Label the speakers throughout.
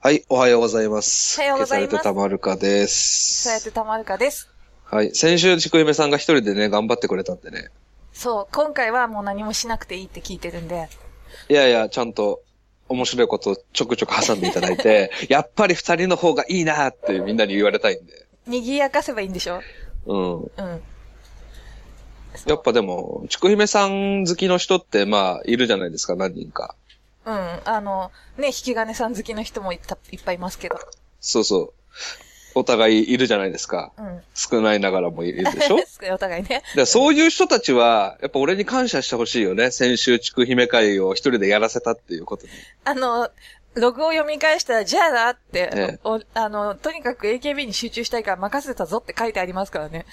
Speaker 1: はい、おはようございます。
Speaker 2: おはようございます
Speaker 1: 消されてたまるかです。
Speaker 2: そうやってたまるかです。
Speaker 1: はい。先週、ちくいめさんが一人でね、頑張ってくれたんでね。
Speaker 2: そう、今回はもう何もしなくていいって聞いてるんで。
Speaker 1: いやいや、ちゃんと面白いことをちょくちょく挟んでいただい て、やっぱり二人の方がいいなーってみんなに言われたいんで。
Speaker 2: 賑やかせばいいんでしょ
Speaker 1: うん。
Speaker 2: うん。
Speaker 1: やっぱでも、ちくひめさん好きの人って、まあ、いるじゃないですか、何人か。
Speaker 2: うん。あの、ね、引き金さん好きの人もいったいっぱいいますけど。
Speaker 1: そうそう。お互いいるじゃないですか。
Speaker 2: うん。
Speaker 1: 少ないながらもいるで しょ
Speaker 2: お互いね。
Speaker 1: でそういう人たちは、やっぱ俺に感謝してほしいよね。先週、ちくひめ会を一人でやらせたっていうことに。
Speaker 2: あの、ログを読み返したら、じゃあなって、
Speaker 1: ええ
Speaker 2: おあの、とにかく AKB に集中したいから任せたぞって書いてありますからね。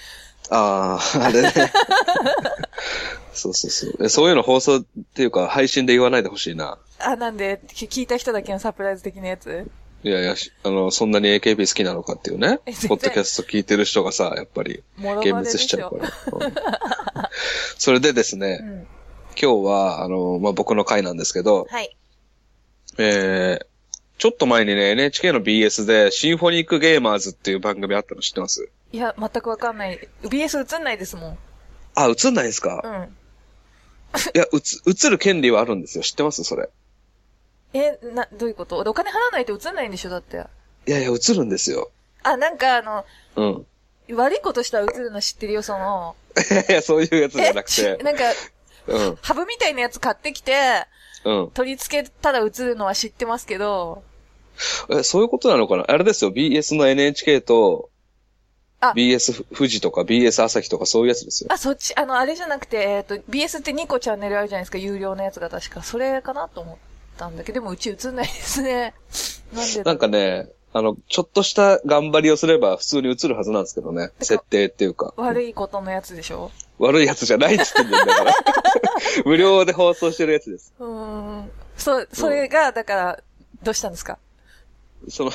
Speaker 1: ああ、あれね。そうそうそうえ。そういうの放送っていうか、配信で言わないでほしいな。
Speaker 2: あ、なんで、き聞いた人だけのサプライズ的なやつ。
Speaker 1: いやいや、しあの、そんなに AKB 好きなのかっていうね
Speaker 2: え全。然
Speaker 1: ポッドキャスト聞いてる人がさ、やっぱり、
Speaker 2: もろ
Speaker 1: 幻
Speaker 2: まねで
Speaker 1: 滅し
Speaker 2: し
Speaker 1: ちゃうか
Speaker 2: ょ。
Speaker 1: ら。うんそれでです
Speaker 2: う
Speaker 1: ね、
Speaker 2: ん。
Speaker 1: 今日は、あの、まあ、僕の回なんですけど、
Speaker 2: はい。
Speaker 1: えー、ちょっと前にね、NHK の BS で、シンフォニックゲーマーズっていう番組あったの知ってます
Speaker 2: いや、全くわかんない。BS 映んないですもん。
Speaker 1: あ、映んないですか、
Speaker 2: うん。
Speaker 1: いや、映、映る権利はあるんですよ。知ってますそれ。
Speaker 2: え、な、どういうことお金払わないと映んないんでしょだって。
Speaker 1: いやいや、映るんですよ。
Speaker 2: あ、なんかあの、
Speaker 1: うん。
Speaker 2: 悪いことしたら映るの知ってるよ、その。
Speaker 1: いやいや、そういうやつじゃなく
Speaker 2: ち
Speaker 1: て。
Speaker 2: なんか、
Speaker 1: うん。
Speaker 2: ハブみたいなやつ買ってきて、
Speaker 1: うん。
Speaker 2: 取り付けたら映るのは知ってますけど、
Speaker 1: え、そういうことなのかなあれですよ。BS の NHK と
Speaker 2: あ、
Speaker 1: BS 富士とか BS 朝日とかそういうやつですよ。
Speaker 2: あ、そっち、あの、あれじゃなくて、えっ、と、BS って2個チャンネルあるじゃないですか、有料のやつが確か。それかなと思ったんだけど、でもうち映んないで すね。なんで
Speaker 1: なんかね、あの、ちょっとした頑張りをすれば普通に映るはずなんですけどね。設定っていうか。
Speaker 2: 悪いことのやつでしょ
Speaker 1: 悪いやつじゃないっつってんだ から。無料で放送してるやつです。
Speaker 2: うーん。そう、それが、だから、どうしたんですか
Speaker 1: そ の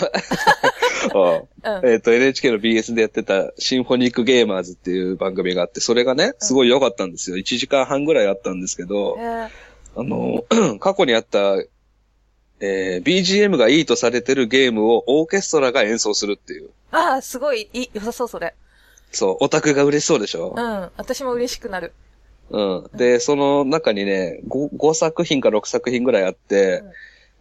Speaker 1: ああ、
Speaker 2: うん。
Speaker 1: えっ、と、NHK の BS でやってたシンフォニックゲーマーズっていう番組があって、それがね、すごい良かったんですよ。1時間半ぐらいあったんですけど、
Speaker 2: えー
Speaker 1: あの、 過去にあった、えー BGM がいいとされてるゲームをオーケストラが演奏するっていう。
Speaker 2: ああ、すごい、いい、良さそう、それ。
Speaker 1: そう、オタクが嬉しそうでしょ
Speaker 2: うん。私も嬉しくなる。
Speaker 1: うん。で、その中にね5、5作品か6作品ぐらいあって、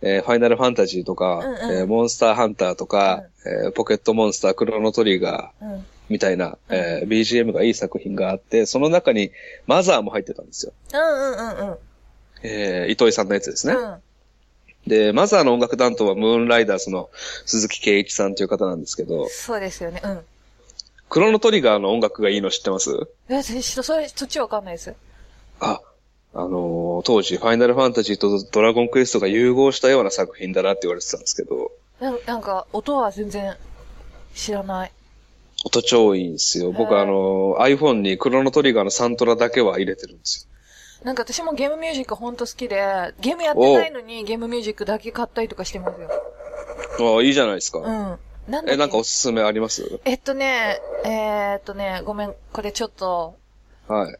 Speaker 1: えーファイナルファンタジーとか、
Speaker 2: うんうん
Speaker 1: えーモンスターハンターとか、えーポケットモンスター、クロノトリガー、
Speaker 2: うん。
Speaker 1: みたいな、
Speaker 2: うん
Speaker 1: えー BGM がいい作品があって、その中にマザーも入ってたんですよ。
Speaker 2: うんうんうんうん。
Speaker 1: えー、糸井さんのやつですね。
Speaker 2: うん。
Speaker 1: で、マザーの音楽担当はムーンライダーズの鈴木圭一さんという方なんですけど、
Speaker 2: そうですよね。うん。
Speaker 1: クロノトリガーの音楽がいいの知ってます
Speaker 2: え、そそそれ、そっちわかんないです。
Speaker 1: あ、あのー当時ファイナルファンタジーとドラゴンクエストが融合したような作品だなって言われてたんですけど、
Speaker 2: なんなんか、音は全然知らない。
Speaker 1: 音超いいんですよ。僕
Speaker 2: へー
Speaker 1: あのー iPhone にクロノトリガーのサントラだけは入れてるんですよ。
Speaker 2: なんか私もゲームミュージックほんと好きで、ゲームやってないのにゲームミュージックだけ買ったりとかしてますよ。
Speaker 1: ああ、いいじゃないですか。
Speaker 2: うん。なんだっけ
Speaker 1: え、なんかおすすめあります
Speaker 2: えっとね、えーっとね、ごめん、これちょっと、
Speaker 1: はい。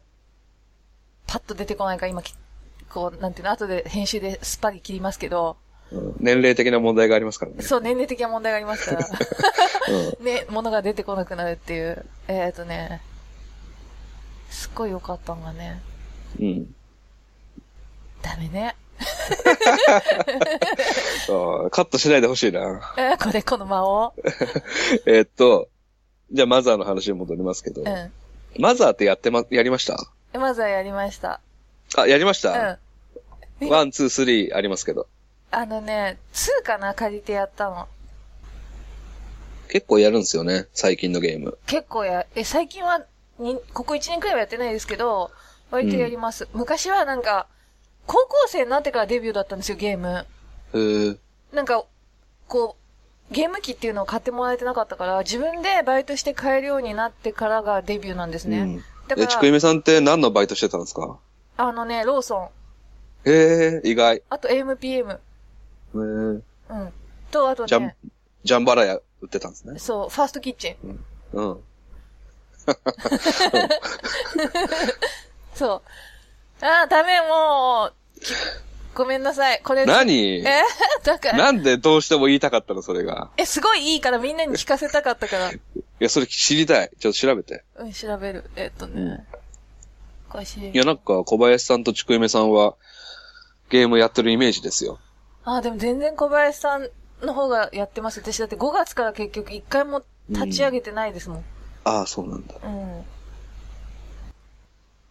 Speaker 2: パッと出てこないから今き、こう、なんていうの、後で編集ですっぱり切りますけど、
Speaker 1: うん年齢的な問題がありますからね。
Speaker 2: そう、年齢的な問題がありますから。
Speaker 1: うん
Speaker 2: ね、ものが出てこなくなるっていう。えっ、ー、とね、すっごい良かったんがね、
Speaker 1: うん。
Speaker 2: ダメね。
Speaker 1: ああカットしないでほしいな。
Speaker 2: えーこれ、この間を。
Speaker 1: えーっと、じゃあマザーの話に戻りますけど、
Speaker 2: うん。え
Speaker 1: マザーってやってま、やりました
Speaker 2: まずはやりました。
Speaker 1: あ、やりまし
Speaker 2: う
Speaker 1: た
Speaker 2: ん。うん
Speaker 1: ワン、ツー、スリーありますけど。
Speaker 2: あのね、2かな借りてやったの。
Speaker 1: 結構やるんですよね、最近のゲーム。
Speaker 2: 結構や、え、最近は、に、ここ1年くらいはやってないですけど、割とやります。昔はなんか、高校生になってからデビューだったんですよ、ゲーム。
Speaker 1: へー
Speaker 2: なんか、こう、ゲーム機っていうのを買ってもらえてなかったから、自分でバイトして買えるようになってからがデビューなんです
Speaker 1: う
Speaker 2: ね。
Speaker 1: ん。え、
Speaker 2: だか
Speaker 1: ちくい
Speaker 2: ら、
Speaker 1: めさんって何のバイトしてたんですか
Speaker 2: あのね、ローソン、
Speaker 1: へえ、意外。へ
Speaker 2: あと AMPM、
Speaker 1: ー
Speaker 2: うん。と、あと
Speaker 1: ジャン
Speaker 2: ね、、
Speaker 1: ジャンバラヤ売ってたんですね。
Speaker 2: そう、ファーストキッチン。
Speaker 1: うん。
Speaker 2: そう。ああ、ダメ、もう、ごめんなさい。これ、
Speaker 1: 何
Speaker 2: え だから、
Speaker 1: なんでどうしても言いたかったの、それが。
Speaker 2: え、すごいいいからみんなに聞かせたかったから。
Speaker 1: いや、それ知りたい。ちょっと調べて。
Speaker 2: うん、調べる。えっと
Speaker 1: うん
Speaker 2: ね。これ調べ
Speaker 1: いや、なんか、小林さんとちくゆめさんは、ゲームやってるイメージですよ。
Speaker 2: あ、でも全然小林さんの方がやってます。私だって5月から結局1回も立ち上げてないですもん。
Speaker 1: ああ、そうなんだ。
Speaker 2: うん。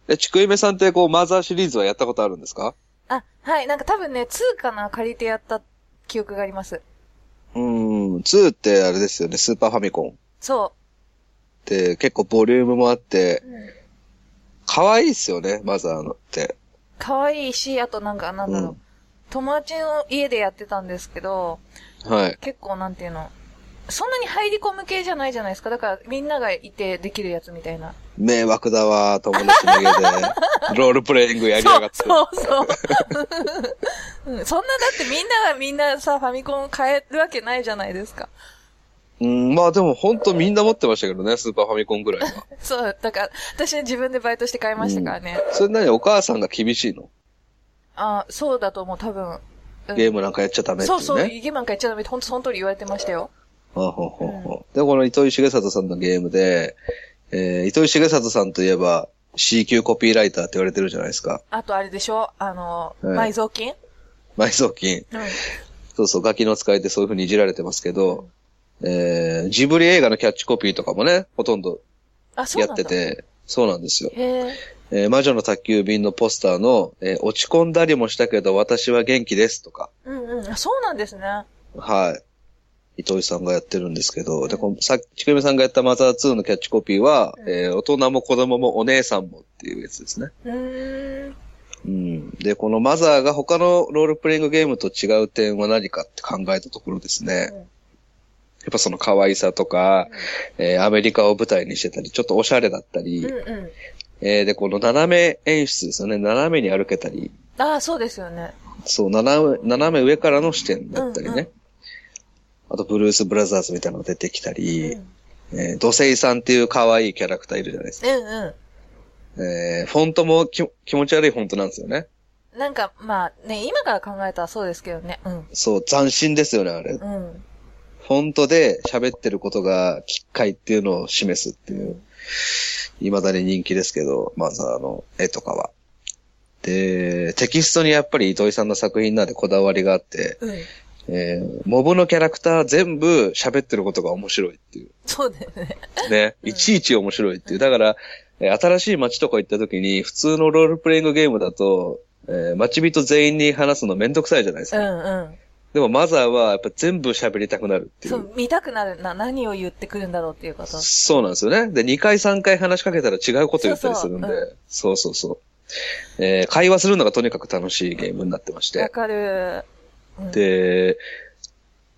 Speaker 1: え、ちくゆめさんって、こう、マザーシリーズはやったことあるんですか
Speaker 2: あ、はい。なんか多分ね、2かな借りてやった記憶があります。
Speaker 1: うーん、2ってあれですよね、スーパーファミコン。
Speaker 2: そ
Speaker 1: で、結構ボリュームもあって
Speaker 2: う、。うん
Speaker 1: 可愛いっすよね、マザーのって。
Speaker 2: 可愛いし、あとなんか、なんだろう。
Speaker 1: うん
Speaker 2: 友達の家でやってたんですけど、
Speaker 1: はい。
Speaker 2: 結構なんていうの。そんなに入り込む系じゃないじゃないですか。だからみんながいてできるやつみたいな。
Speaker 1: 迷惑だわ、友達 の家で。ロールプレイングやりやがって。
Speaker 2: そうそう そう、うん。そんなだってみんながみんなさ、ファミコン買えるわけないじゃないですか。
Speaker 1: うん、まあでも本当みんな持ってましたけどね、スーパーファミコンぐらいは。
Speaker 2: そう、だから私自分でバイトして買いましたからね。
Speaker 1: それなにお母さんが厳しいの
Speaker 2: あそうだと思う、多分。うん
Speaker 1: ゲームなんかやっちゃダメっていう
Speaker 2: そう
Speaker 1: ね。
Speaker 2: そう、ゲームなんかやっちゃダメって、ほんとその通り言われてましたよ。
Speaker 1: ほうほうほうほうで、この糸井重里さんのゲームで、えー、糸井重里さんといえば C 級コピーライターって言われてるじゃないですか。
Speaker 2: あとあれでしょあの、
Speaker 1: はい
Speaker 2: 埋蔵金
Speaker 1: 埋蔵金。
Speaker 2: うん。
Speaker 1: そうそう、ガキの使いでそういう風にいじられてますけど、えー、ジブリ映画のキャッチコピーとかもね、ほとんど
Speaker 2: あ、そう
Speaker 1: や
Speaker 2: な
Speaker 1: っ
Speaker 2: んだ。
Speaker 1: てて、そうなんですよ。
Speaker 2: へえ。
Speaker 1: えー魔女の宅急便のポスターの、えー落ち込んだりもしたけど私は元気ですとか、
Speaker 2: うんうん。あそうなんですね。
Speaker 1: はい。糸井さんがやってるんですけど、で、このさっき、ちくみさんがやったマザー2のキャッチコピーは、
Speaker 2: うん
Speaker 1: えー大人も子供もお姉さんもっていうやつですね。
Speaker 2: うーん。
Speaker 1: うん。で、このマザーが他のロールプレイングゲームと違う点は何かって考えたところですね。
Speaker 2: うん
Speaker 1: やっぱその可愛さとか、えーアメリカを舞台にしてたり、ちょっとおしゃれだった
Speaker 2: う
Speaker 1: り、
Speaker 2: んうん。
Speaker 1: えーで、この斜め演出ですよね。斜めに歩けたり、
Speaker 2: あそうですよね。
Speaker 1: そう、斜め、斜め上からの視点だったりね。
Speaker 2: うんうん
Speaker 1: あと、ブルース・ブラザーズみたいなのが出てきた
Speaker 2: う
Speaker 1: り、
Speaker 2: ん
Speaker 1: えー、土星さんっていう可愛いキャラクターいるじゃないですか。
Speaker 2: うんう
Speaker 1: えー、フォントもき気持ち悪いフォントなんですよね。
Speaker 2: ん。なんか、まあね、今から考えたらそうですけどね。うん。
Speaker 1: そう、斬新ですよね、あれ。フ
Speaker 2: うん。
Speaker 1: ォントで喋ってることがきっかいっていうのを示すっていう、未だに人気ですけど、まずあの、絵とかは。で、テキストにやっぱり糸井さんの作品なんでこだわりがあって、
Speaker 2: うん。
Speaker 1: えー、モブのキャラクター全部喋ってることが面白いっていう。
Speaker 2: そうだよね。
Speaker 1: ね。
Speaker 2: うん
Speaker 1: いちいち面白いっていう。だから、えー新しい街とか行った時に、普通のロールプレイングゲームだと、えー街人全員に話すのめんどくさいじゃないです
Speaker 2: う
Speaker 1: か。
Speaker 2: んうん。
Speaker 1: でもマザーはやっぱ全部喋りたくなるってい。
Speaker 2: そうう、見たくなるな、何を言ってくるんだろうっていうこと。
Speaker 1: そうなんですよね。で、2回3回話しかけたら違うこと言ったりするんで。
Speaker 2: そうそ
Speaker 1: そうそうそう。えー会話するのがとにかく楽しいゲームになってまして。
Speaker 2: わかる。うん、
Speaker 1: で、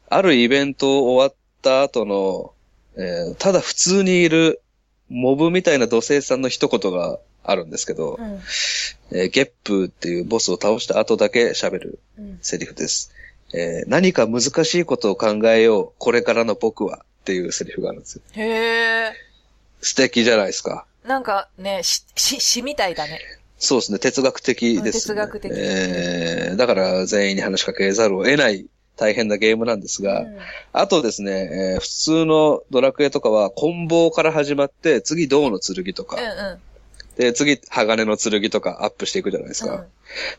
Speaker 1: あるイベント終わった後の、えーただ普通にいるモブみたいな土星さんの一言があるんですけど
Speaker 2: う、ん。
Speaker 1: えーゲップーっていうボスを倒した後だけ喋る
Speaker 2: うん。
Speaker 1: セリフです。えー何か難しいことを考えよう、これからの僕はっていうセリフがあるんですよ。
Speaker 2: へえ。
Speaker 1: 素敵じゃないですか。
Speaker 2: なんかね、し、し、詩みたいだね。
Speaker 1: そうですね、哲学的です、ね。
Speaker 2: うん哲学的
Speaker 1: えーだから全員に話しかけざるを得ない大変なゲームなんですが、
Speaker 2: うん
Speaker 1: あとですね、えー普通のドラクエとかは、棍棒から始まって、次銅の剣とか、
Speaker 2: うん
Speaker 1: で、次鋼の剣とかアップしていくじゃないです
Speaker 2: う
Speaker 1: か。
Speaker 2: ん。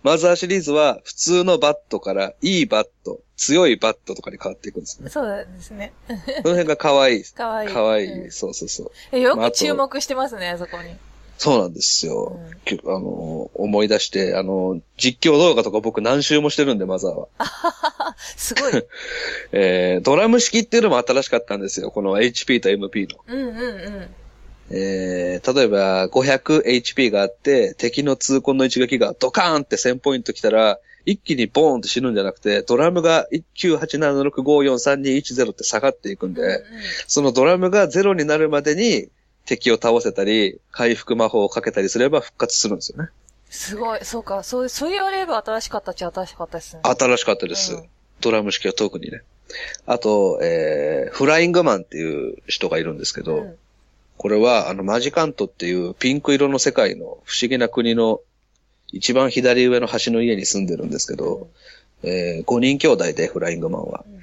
Speaker 1: マザーシリーズは、普通のバットから、いいバット、強いバットとかに変わっていくんです
Speaker 2: うん。
Speaker 1: ね。
Speaker 2: そうなんですね。
Speaker 1: その辺が可愛い。
Speaker 2: かわいい。
Speaker 1: 可愛い。
Speaker 2: うん
Speaker 1: そうそうそう。
Speaker 2: えよ
Speaker 1: まああ
Speaker 2: く
Speaker 1: と
Speaker 2: 注目してますね、そこに。
Speaker 1: そうなんですよ。
Speaker 2: うん
Speaker 1: きあのー、思い出して、あのー、実況動画とか僕何周もしてるんで、マザーは。
Speaker 2: すごい。
Speaker 1: えー、ドラム式っていうのも新しかったんですよ。この HP と MP の。
Speaker 2: うんうんうん。
Speaker 1: えー例えば 500HP があって、敵の痛恨の一撃がドカーンって1000ポイント来たら、一気にボーンって死ぬんじゃなくて、ドラムが19876543210って下がっていくん
Speaker 2: うん
Speaker 1: で、そのドラムが0になるまでに敵を倒せたり、回復魔法をかけたりすれば復活するんですよね。
Speaker 2: すごい。そうか。そう、そう言われれば新しかったっちゃ新しかったですね。
Speaker 1: 新しかったです。
Speaker 2: うん
Speaker 1: ドラム式は特にね。あと、えーフライングマンっていう人がいるんですけど、
Speaker 2: うん
Speaker 1: これは、あの、マジカントっていうピンク色の世界の不思議な国の一番左上の端の家に住んでるんですけど、えー5人兄弟でフライングマンは。
Speaker 2: うん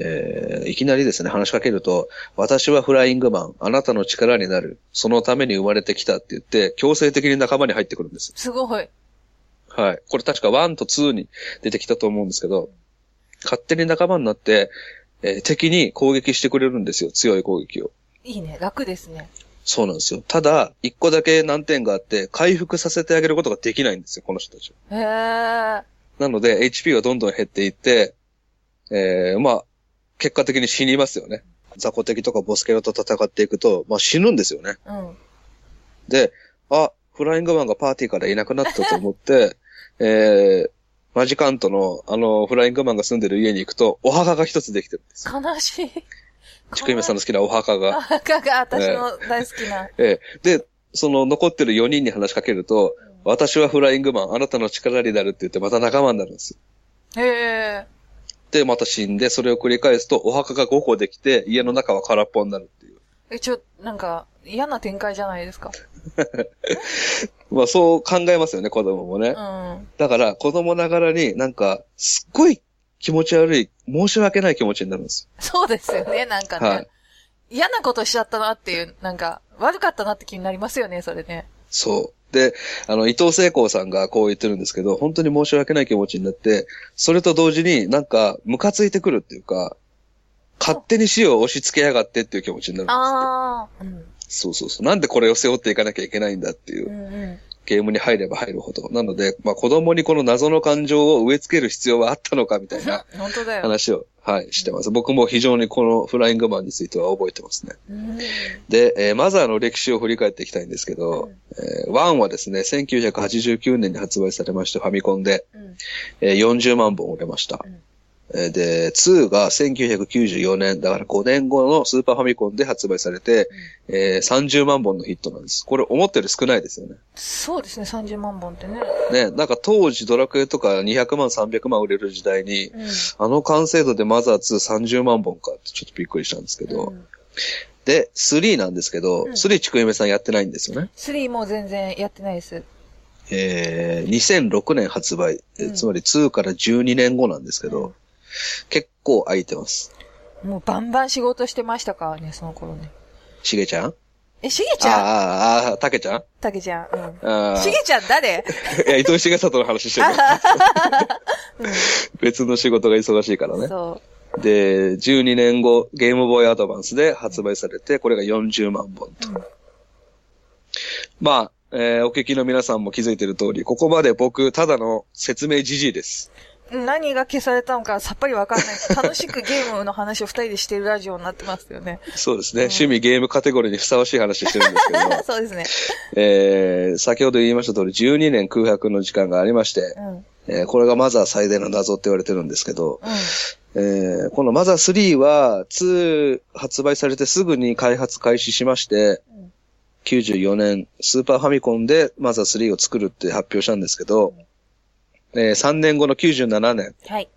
Speaker 1: えーいきなりですね、話しかけると、私はフライングマン、あなたの力になる、そのために生まれてきたって言って、強制的に仲間に入ってくるんです。
Speaker 2: すごい。
Speaker 1: はい。これ確か1と2に出てきたと思うんですけど、勝手に仲間になって、えー敵に攻撃してくれるんですよ、強い攻撃を。
Speaker 2: いいね。楽ですね。
Speaker 1: そうなんですよ。ただ、一個だけ難点があって、回復させてあげることができないんですよ、この人たちは。
Speaker 2: へえ。
Speaker 1: なので、HP がどんどん減っていって、えー、まあ、結果的に死にますよね。雑魚敵とかボスケロと戦っていくと、まあ死ぬんですよね。
Speaker 2: うん。
Speaker 1: で、あ、フライングマンがパーティーからいなくなったと思って、 えー、マジカントの、あの、フライングマンが住んでる家に行くと、お墓が一つできてるんです。
Speaker 2: 悲しい。
Speaker 1: ちくゆめさんの
Speaker 2: の。
Speaker 1: 好きなお墓が。
Speaker 2: 赤が私の大好きな。
Speaker 1: えー、で、その残ってる4人に話しかけると、私はフライングマン、あなたの力になるって言って、また仲間になるんです。
Speaker 2: へえ。
Speaker 1: で、また死んで、それを繰り返すと、お墓が5個できて、家の中は空っぽになるっていう。
Speaker 2: え、ちょ、なんか、嫌な展開じゃないですか。
Speaker 1: まあ、そう考えますよね、子供もね。
Speaker 2: うん。
Speaker 1: だから、子供ながらになんか、すっごい気持ち悪い、申し訳ない気持ちになるんです
Speaker 2: そうですよね、なんか
Speaker 1: よ。
Speaker 2: ね。
Speaker 1: はい。
Speaker 2: 嫌なことしちゃったなっていう、なんか、悪かったなって気になりますよね、それね。
Speaker 1: そう。で、あの、伊藤聖光さんがこう言ってるんですけど、本当に申し訳ない気持ちになって、それと同時になんか、ムカついてくるっていうか、勝手に死を押し付けやがってっていう気持ちになるんですって
Speaker 2: ああ。うん。
Speaker 1: そうそうそう。なんでこれを背負っていかなきゃいけないんだっていう
Speaker 2: う。んうん。
Speaker 1: ゲームに入れば入るほど。なので、まあ子供にこの謎の感情を植え付ける必要はあったのかみたいな
Speaker 2: 本当だよ。
Speaker 1: 話を、はい、してます。僕も非常にこのフライングマンについては覚えてますね。
Speaker 2: うん。
Speaker 1: で、えーマザーの歴史を振り返っていきたいんですけど、えーワンはですね、1989年に発売されましてファミコンで、
Speaker 2: うん。
Speaker 1: えー40万本売れました
Speaker 2: うん。
Speaker 1: えーで、2が1994年、だから5年後のスーパーファミコンで発売されて、えー30万本のヒットなんです。これ思ったより少ないですよね。
Speaker 2: そうですね、30万本ってね。
Speaker 1: ね、なんか当時ドラクエとか200万、300万売れる時代に、
Speaker 2: うん。
Speaker 1: あの完成度でマザー2 30万本かってちょっとびっくりしたんですけど、
Speaker 2: うん
Speaker 1: で、3なんですけど、
Speaker 2: うん
Speaker 1: 3ちくゆめさんやってないんですよね。
Speaker 2: 3も全然やってないです。
Speaker 1: えー、2006年発売、え
Speaker 2: うん
Speaker 1: つまり2から12年後なんですけど、
Speaker 2: うん
Speaker 1: 結構空いてます。
Speaker 2: もうバンバン仕事してましたからね、その頃ね。
Speaker 1: しげちゃん
Speaker 2: え、しげちゃん
Speaker 1: あーあー、あーたけちゃん
Speaker 2: たけちゃん。
Speaker 1: あ
Speaker 2: う
Speaker 1: ー
Speaker 2: ん。しげちゃん誰
Speaker 1: いや、伊藤重里の話してる。 別の仕事が忙しいからね。
Speaker 2: そ
Speaker 1: で、12年後、ゲームボーイアドバンスで発売されて、これが40万本と。
Speaker 2: うん
Speaker 1: まあ、えーお聞きの皆さんも気づいてる通り、ここまで僕、ただの説明じじいです。
Speaker 2: う。何が消されたのかさっぱりわかんない。楽しくゲームの話を二人でしてるラジオになってますよね。
Speaker 1: そうですね。趣味ゲームカテゴリーにふさわしい話してるんですけど
Speaker 2: そうですね。
Speaker 1: えー先ほど言いました通り、12年空白の時間がありまして
Speaker 2: う、ん。うん。
Speaker 1: えーこれがマザー最大の謎って言われてるんですけど、えーこのマザー3は、2発売されてすぐに開発開始しまして、
Speaker 2: うん
Speaker 1: 94年、スーパーファミコンでマザー3を作るって発表したんですけど、えー3年後の97年、
Speaker 2: はい。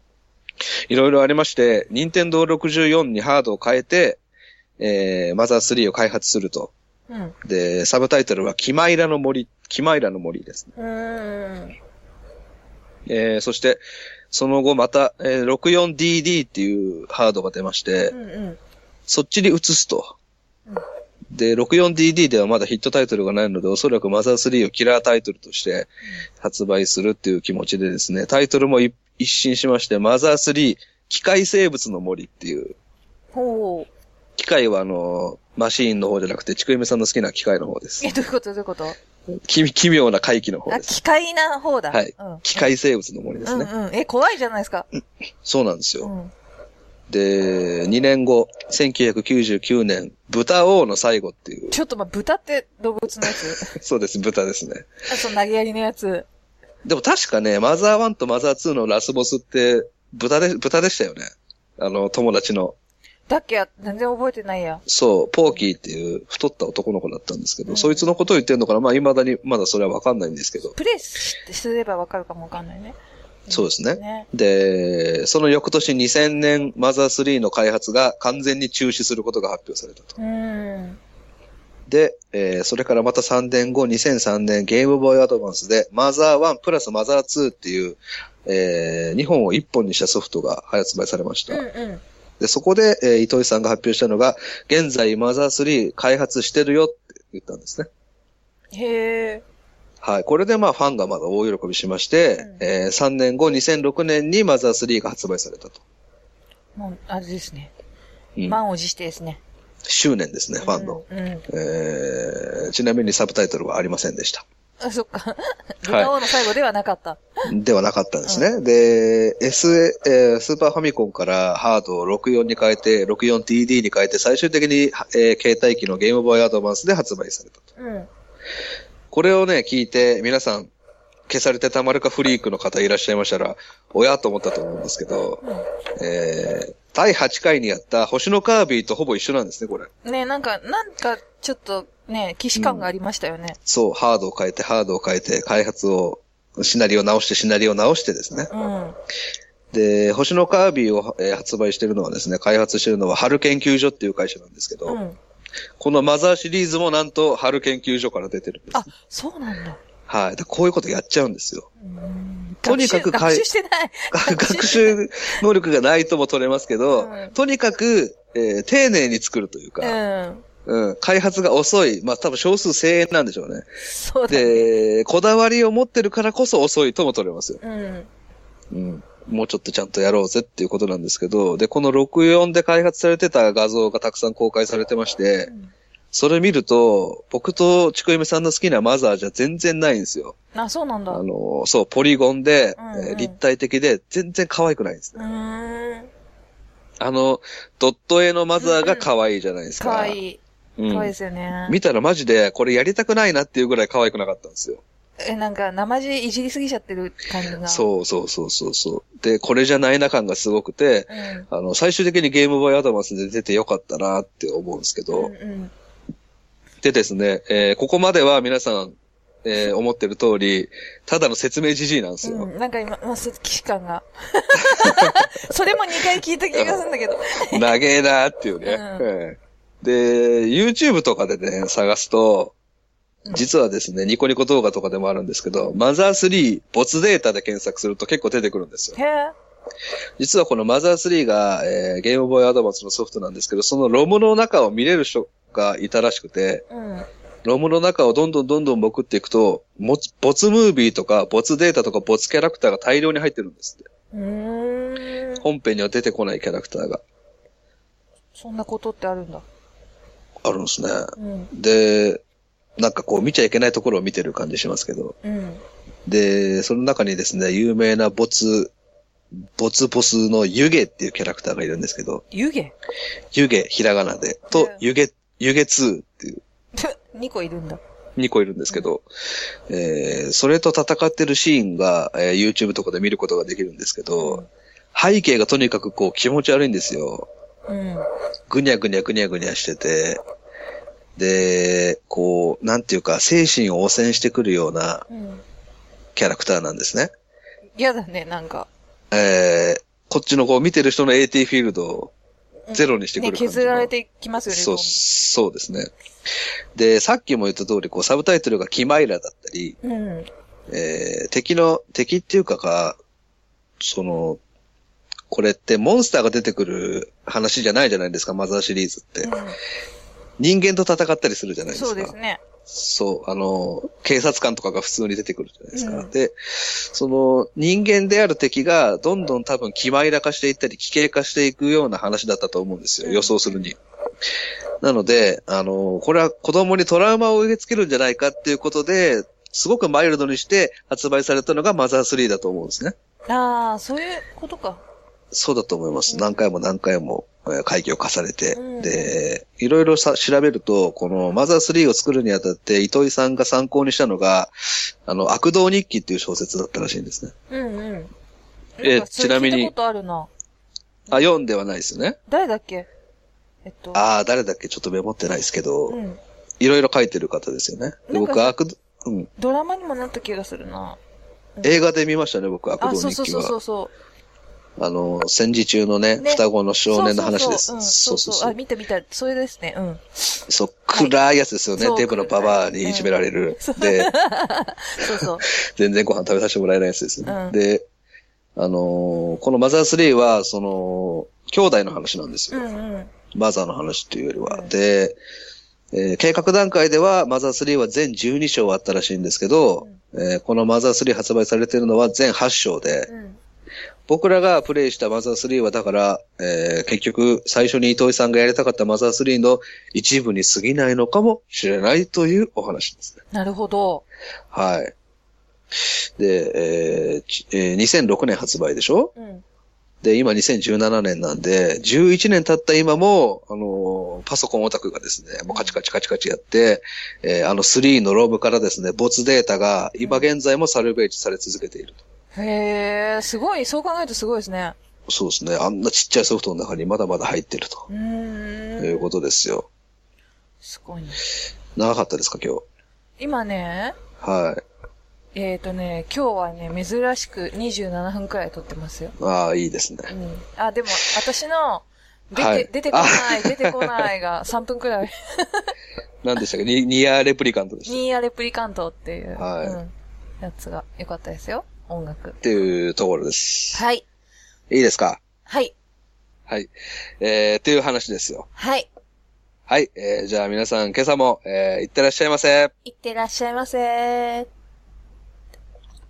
Speaker 1: いろいろありまして、任天堂64にハードを変えて、えー、マザー3を開発すると。
Speaker 2: うん。う
Speaker 1: で、サブタイトルは、キマイラの森、キマイラの森ですね。
Speaker 2: ーん。
Speaker 1: えー、そして、その後また、えー 64DD っていうハードが出まして、
Speaker 2: うんうん。
Speaker 1: そっちに移すと
Speaker 2: うん。
Speaker 1: で、64DD ではまだヒットタイトルがないので、おそらくマザー3をキラータイトルとして発売するっていう気持ちでですね、タイトルも一一新しまして、マザー3、機械生物の森っていう、
Speaker 2: ほう。
Speaker 1: 機械はあの、マシーンの方じゃなくて、ちくゆめさんの好きな機械の方です
Speaker 2: え、。どういうことどういうこと
Speaker 1: き奇妙な怪奇の方
Speaker 2: あ、
Speaker 1: です。
Speaker 2: 機械な方だ。
Speaker 1: はい
Speaker 2: うん。
Speaker 1: 機械生物の森ですね。
Speaker 2: うんうん。え、怖いじゃないですか。
Speaker 1: そうなんです
Speaker 2: う
Speaker 1: よ。
Speaker 2: ん。
Speaker 1: で、2年後、1999年、豚王の最後っていう。
Speaker 2: ちょっとまあ、豚って動物のやつ
Speaker 1: そうです、豚ですね。
Speaker 2: あ、その投げやりのやつ。
Speaker 1: でも確かね、マザー1とマザー2のラスボスって、豚で、豚でしたよね。あの、友達の。
Speaker 2: だっけや全然覚えてないや。
Speaker 1: そう、ポーキーっていう太った男の子だったんですけど、
Speaker 2: うん
Speaker 1: そいつのことを言ってんのかなまあ、未だにまだそれはわかんないんですけど。
Speaker 2: プレイすればわかるかもわかんないね。
Speaker 1: そうですね。
Speaker 2: ね。
Speaker 1: で、その翌年2000年、マザー3の開発が完全に中止することが発表されたと。
Speaker 2: うーん。
Speaker 1: で、えーそれからまた3年後、2003年、ゲームボーイアドバンスで、マザー1プラスマザー2っていう、え2本を1本にしたソフトが発売されました。
Speaker 2: うんうん。
Speaker 1: で、そこで、えー糸井さんが発表したのが、現在マザー3開発してるよって言ったんですね。
Speaker 2: へえ。
Speaker 1: はい。これでまあファンがまだ大喜びしまして、
Speaker 2: うん
Speaker 1: え3年後、2006年にマザー3が発売されたと。
Speaker 2: もう、あれですね。
Speaker 1: うん
Speaker 2: 満を持してですね。
Speaker 1: 執念ですね、ファンの。
Speaker 2: うん。うん
Speaker 1: えーちなみにサブタイトルはありませんでした。
Speaker 2: あ、そっ か。歌王の最後ではなかった。
Speaker 1: ではなかったんですね。で、S、えースーパーファミコンからハードを64に変えて、64DD に変えて、最終的に、えー携帯機のゲームボーイアドバンスで発売されたと。
Speaker 2: うん。
Speaker 1: これをね、聞いて、皆さん、消されてたまるかフリークの方いらっしゃいましたら、おやと思ったと思うんですけど、えー、第8回にやった星のカービィとほぼ一緒なんですね、これ。
Speaker 2: ねなんか、なんか、ちょっと、ね、騎士感がありましたよね。
Speaker 1: そう、ハードを変えて、ハードを変えて、開発を、シナリオ直して、シナリオ直してですね。
Speaker 2: うん。
Speaker 1: で、星のカービィを、えー発売してるのはですね、開発してるのは春研究所っていう会社なんですけど、
Speaker 2: うん。
Speaker 1: このマザーシリーズもなんと春研究所から出てるんです。
Speaker 2: あ、そうなんだ。
Speaker 1: はい。でこういうことやっちゃうんですよ。
Speaker 2: うん
Speaker 1: とにかく
Speaker 2: 学
Speaker 1: かい
Speaker 2: 習学習してない。
Speaker 1: 学習能力がないとも取れますけど、
Speaker 2: うん
Speaker 1: とにかく、えー丁寧に作るという
Speaker 2: う
Speaker 1: か、
Speaker 2: ん。
Speaker 1: うん、開発が遅い。まあ、多分少数精鋭なんでしょうね。
Speaker 2: そうだ。
Speaker 1: で、こだわりを持ってるからこそ遅いとも取れますよ。
Speaker 2: うん。
Speaker 1: うん。もうちょっとちゃんとやろうぜっていうことなんですけど、で、この64で開発されてた画像がたくさん公開されてまして、それ見ると、僕とちくゆめさんの好きなマザーじゃ全然ないんですよ。
Speaker 2: あ、そうなんだ。
Speaker 1: あ
Speaker 2: う
Speaker 1: の、そう、ポリゴンで、
Speaker 2: うんうん
Speaker 1: えー立体的で、全然可愛くないんですね。
Speaker 2: ーん。
Speaker 1: あの、ドット絵のマザーが可愛いじゃないです
Speaker 2: か
Speaker 1: か。
Speaker 2: わいい。
Speaker 1: うん
Speaker 2: かわいいですよね。
Speaker 1: 見たらマジで、これやりたくないなっていうぐらい可愛くなかったんですよ。
Speaker 2: え、なんか、生地いじりすぎちゃってる感じが。う。
Speaker 1: そうそうそうそうそう。で、これじゃないな感がすごくて、
Speaker 2: うん。
Speaker 1: あの、最終的にゲームボーイアドバンスで出てよかったなって思うんですけど、
Speaker 2: うんうん。
Speaker 1: でですね、えーここまでは皆さん、えー思ってる通り、ただの説明じじいなんですよ。
Speaker 2: うん、なんか今、まあ、そう騎士感が。 それも2回聞いた気がするんだけど。
Speaker 1: 長えなっていうね、
Speaker 2: う
Speaker 1: ええで、YouTube とかでね、探すと、実はですね、ニコニコ動画とかでもあるんですけど、マザー3没データで検索すると結構出てくるんですよ。
Speaker 2: へえ。
Speaker 1: 実はこのマザー3が、えーゲームボーイアドバンスのソフトなんですけど、そのロムの中を見れる人がいたらしくて、
Speaker 2: うん。
Speaker 1: ロムの中をどんどんどんどん潜っていくと、も没ムービーとか、没データとか、没キャラクターが大量に入ってるんですって。
Speaker 2: うーん。
Speaker 1: 本編には出てこないキャラクターが
Speaker 2: そんなことってあるんだ。
Speaker 1: あるんですね。
Speaker 2: うん。
Speaker 1: で、なんかこう見ちゃいけないところを見てる感じしますけど。
Speaker 2: うん。
Speaker 1: で、その中にですね、有名な没、没ボスの湯気っていうキャラクターがいるんですけど、
Speaker 2: 湯気
Speaker 1: 湯気、ひらがなで、と
Speaker 2: うん、
Speaker 1: 湯気、湯気2っていう
Speaker 2: ?2 個いるんだ。
Speaker 1: 2個いるんですけど、えー、それと戦ってるシーンが、えー YouTube とかで見ることができるんですけど、背景がとにかくこう気持ち悪いんですよ。
Speaker 2: うん。
Speaker 1: ぐにゃぐにゃぐにゃぐにゃしてて、で、こう、なんていうか、精神を汚染してくるような
Speaker 2: うん。
Speaker 1: キャラクターなんですね。
Speaker 2: 嫌だね、なんか。
Speaker 1: えー、こっちのこう見てる人の AT フィールドをゼロにしてく
Speaker 2: ね、
Speaker 1: る感じの、
Speaker 2: 削られてきますよね。
Speaker 1: そう、そうですね。で、さっきも言った通り、こう、サブタイトルがキマイラだったり、
Speaker 2: どんどんうん。
Speaker 1: えー、敵の、敵っていうかが、その、これってモンスターが出てくる話じゃないじゃないですか、マザーシリーズって。人間と戦ったりするじゃないですか。
Speaker 2: そうですね。
Speaker 1: そう、あの、警察官とかが普通に出てくるじゃないですか。
Speaker 2: うん
Speaker 1: で、その人間である敵がどんどん多分気まいら化していったり、危険化していくような話だったと思うんですよ。予想するに。なので、あの、これは子供にトラウマを植え付けるんじゃないかっていうことで、すごくマイルドにして発売されたのがマザー3だと思うんですね。
Speaker 2: ああ、そういうことか。
Speaker 1: そうだと思います。何回も何回もえー会議を重ねて。
Speaker 2: うん
Speaker 1: で、いろいろさ調べると、このマザー3を作るにあたって、糸井さんが参考にしたのが、あの、悪道日記っていう小説だったらしいんですね。
Speaker 2: うんうん。
Speaker 1: え
Speaker 2: なんかそ
Speaker 1: ち
Speaker 2: れ
Speaker 1: なみに
Speaker 2: 聞いたことあるな。
Speaker 1: あ、読んではないですよね。
Speaker 2: 誰だっけえっと。
Speaker 1: ああ、誰だっけちょっとメモってないですけど
Speaker 2: う、ん。
Speaker 1: いろいろ書いてる方ですよね。で
Speaker 2: なんか
Speaker 1: 僕、悪道、うん。
Speaker 2: ドラマにもなった気がするな。
Speaker 1: 映画で見ましたね、僕、悪
Speaker 2: あ、そ
Speaker 1: 道
Speaker 2: うそ
Speaker 1: 日
Speaker 2: う
Speaker 1: 記
Speaker 2: そうそ
Speaker 1: は。
Speaker 2: うそ
Speaker 1: あの、戦時中のね、
Speaker 2: ね
Speaker 1: 双子の
Speaker 2: う。
Speaker 1: 少年の話です。
Speaker 2: そうそうそううんそうそう。あ、見た見た。それですね。うん。
Speaker 1: そっ暗いやつですよね
Speaker 2: そ。う
Speaker 1: デブのババアにいじめられる。 で、
Speaker 2: そう そう。
Speaker 1: 全然ご飯食べさせてもらえないやつですね。
Speaker 2: うん
Speaker 1: で、あのーこのマザー3は、その、兄弟の話なんです
Speaker 2: う
Speaker 1: よ。
Speaker 2: んうん。
Speaker 1: マザーの話っていうよりは。
Speaker 2: うん
Speaker 1: で、えー計画段階では、マザー3は全12章あったらしいんですけど、えーこのマザー3発売されてるのは全8章で、
Speaker 2: うん。
Speaker 1: 僕らがプレイしたマザー3はだから、えー結局最初に糸井さんがやりたかったマザー3の一部に過ぎないのかもしれないというお話ですね。
Speaker 2: なるほど。
Speaker 1: はい。で、えーちえー2006年発売でしょ
Speaker 2: うん。
Speaker 1: で、今2017年なんで、11年経った今も、あのーパソコンオタクがですね、もうカチカチカチカチやって、えーあの3のロムからですね、没データが今現在もサルベージされ続けていると。
Speaker 2: へえ、すごい、そう考えるとすごいですね。
Speaker 1: そうですね。あんなちっちゃいソフトの中にまだまだ入ってると。
Speaker 2: うーん。
Speaker 1: いうことですよ。
Speaker 2: すごいね。
Speaker 1: 長かったですか、今日。
Speaker 2: 今ね、
Speaker 1: はい。
Speaker 2: えっ、とね、今日はね、珍しく27分くらい撮ってますよ。
Speaker 1: ああ、いいです
Speaker 2: う
Speaker 1: ね。
Speaker 2: ん。あ、でも、私の、出て、
Speaker 1: はい
Speaker 2: 出てこない、出てこな いが3分くらい。
Speaker 1: 何でしたっけニニアレプリカントでした。っ
Speaker 2: ニーアレプリカントっていう、
Speaker 1: はい
Speaker 2: うん、やつが良かったですよ。音楽。
Speaker 1: ていうところです。
Speaker 2: はい。
Speaker 1: いいですか
Speaker 2: はい。
Speaker 1: はい。えー、っていう話ですよ。
Speaker 2: はい。
Speaker 1: はい。えー、じゃあ皆さん、今朝も、えー、いってらっしゃいませ。
Speaker 2: いってらっしゃいませー。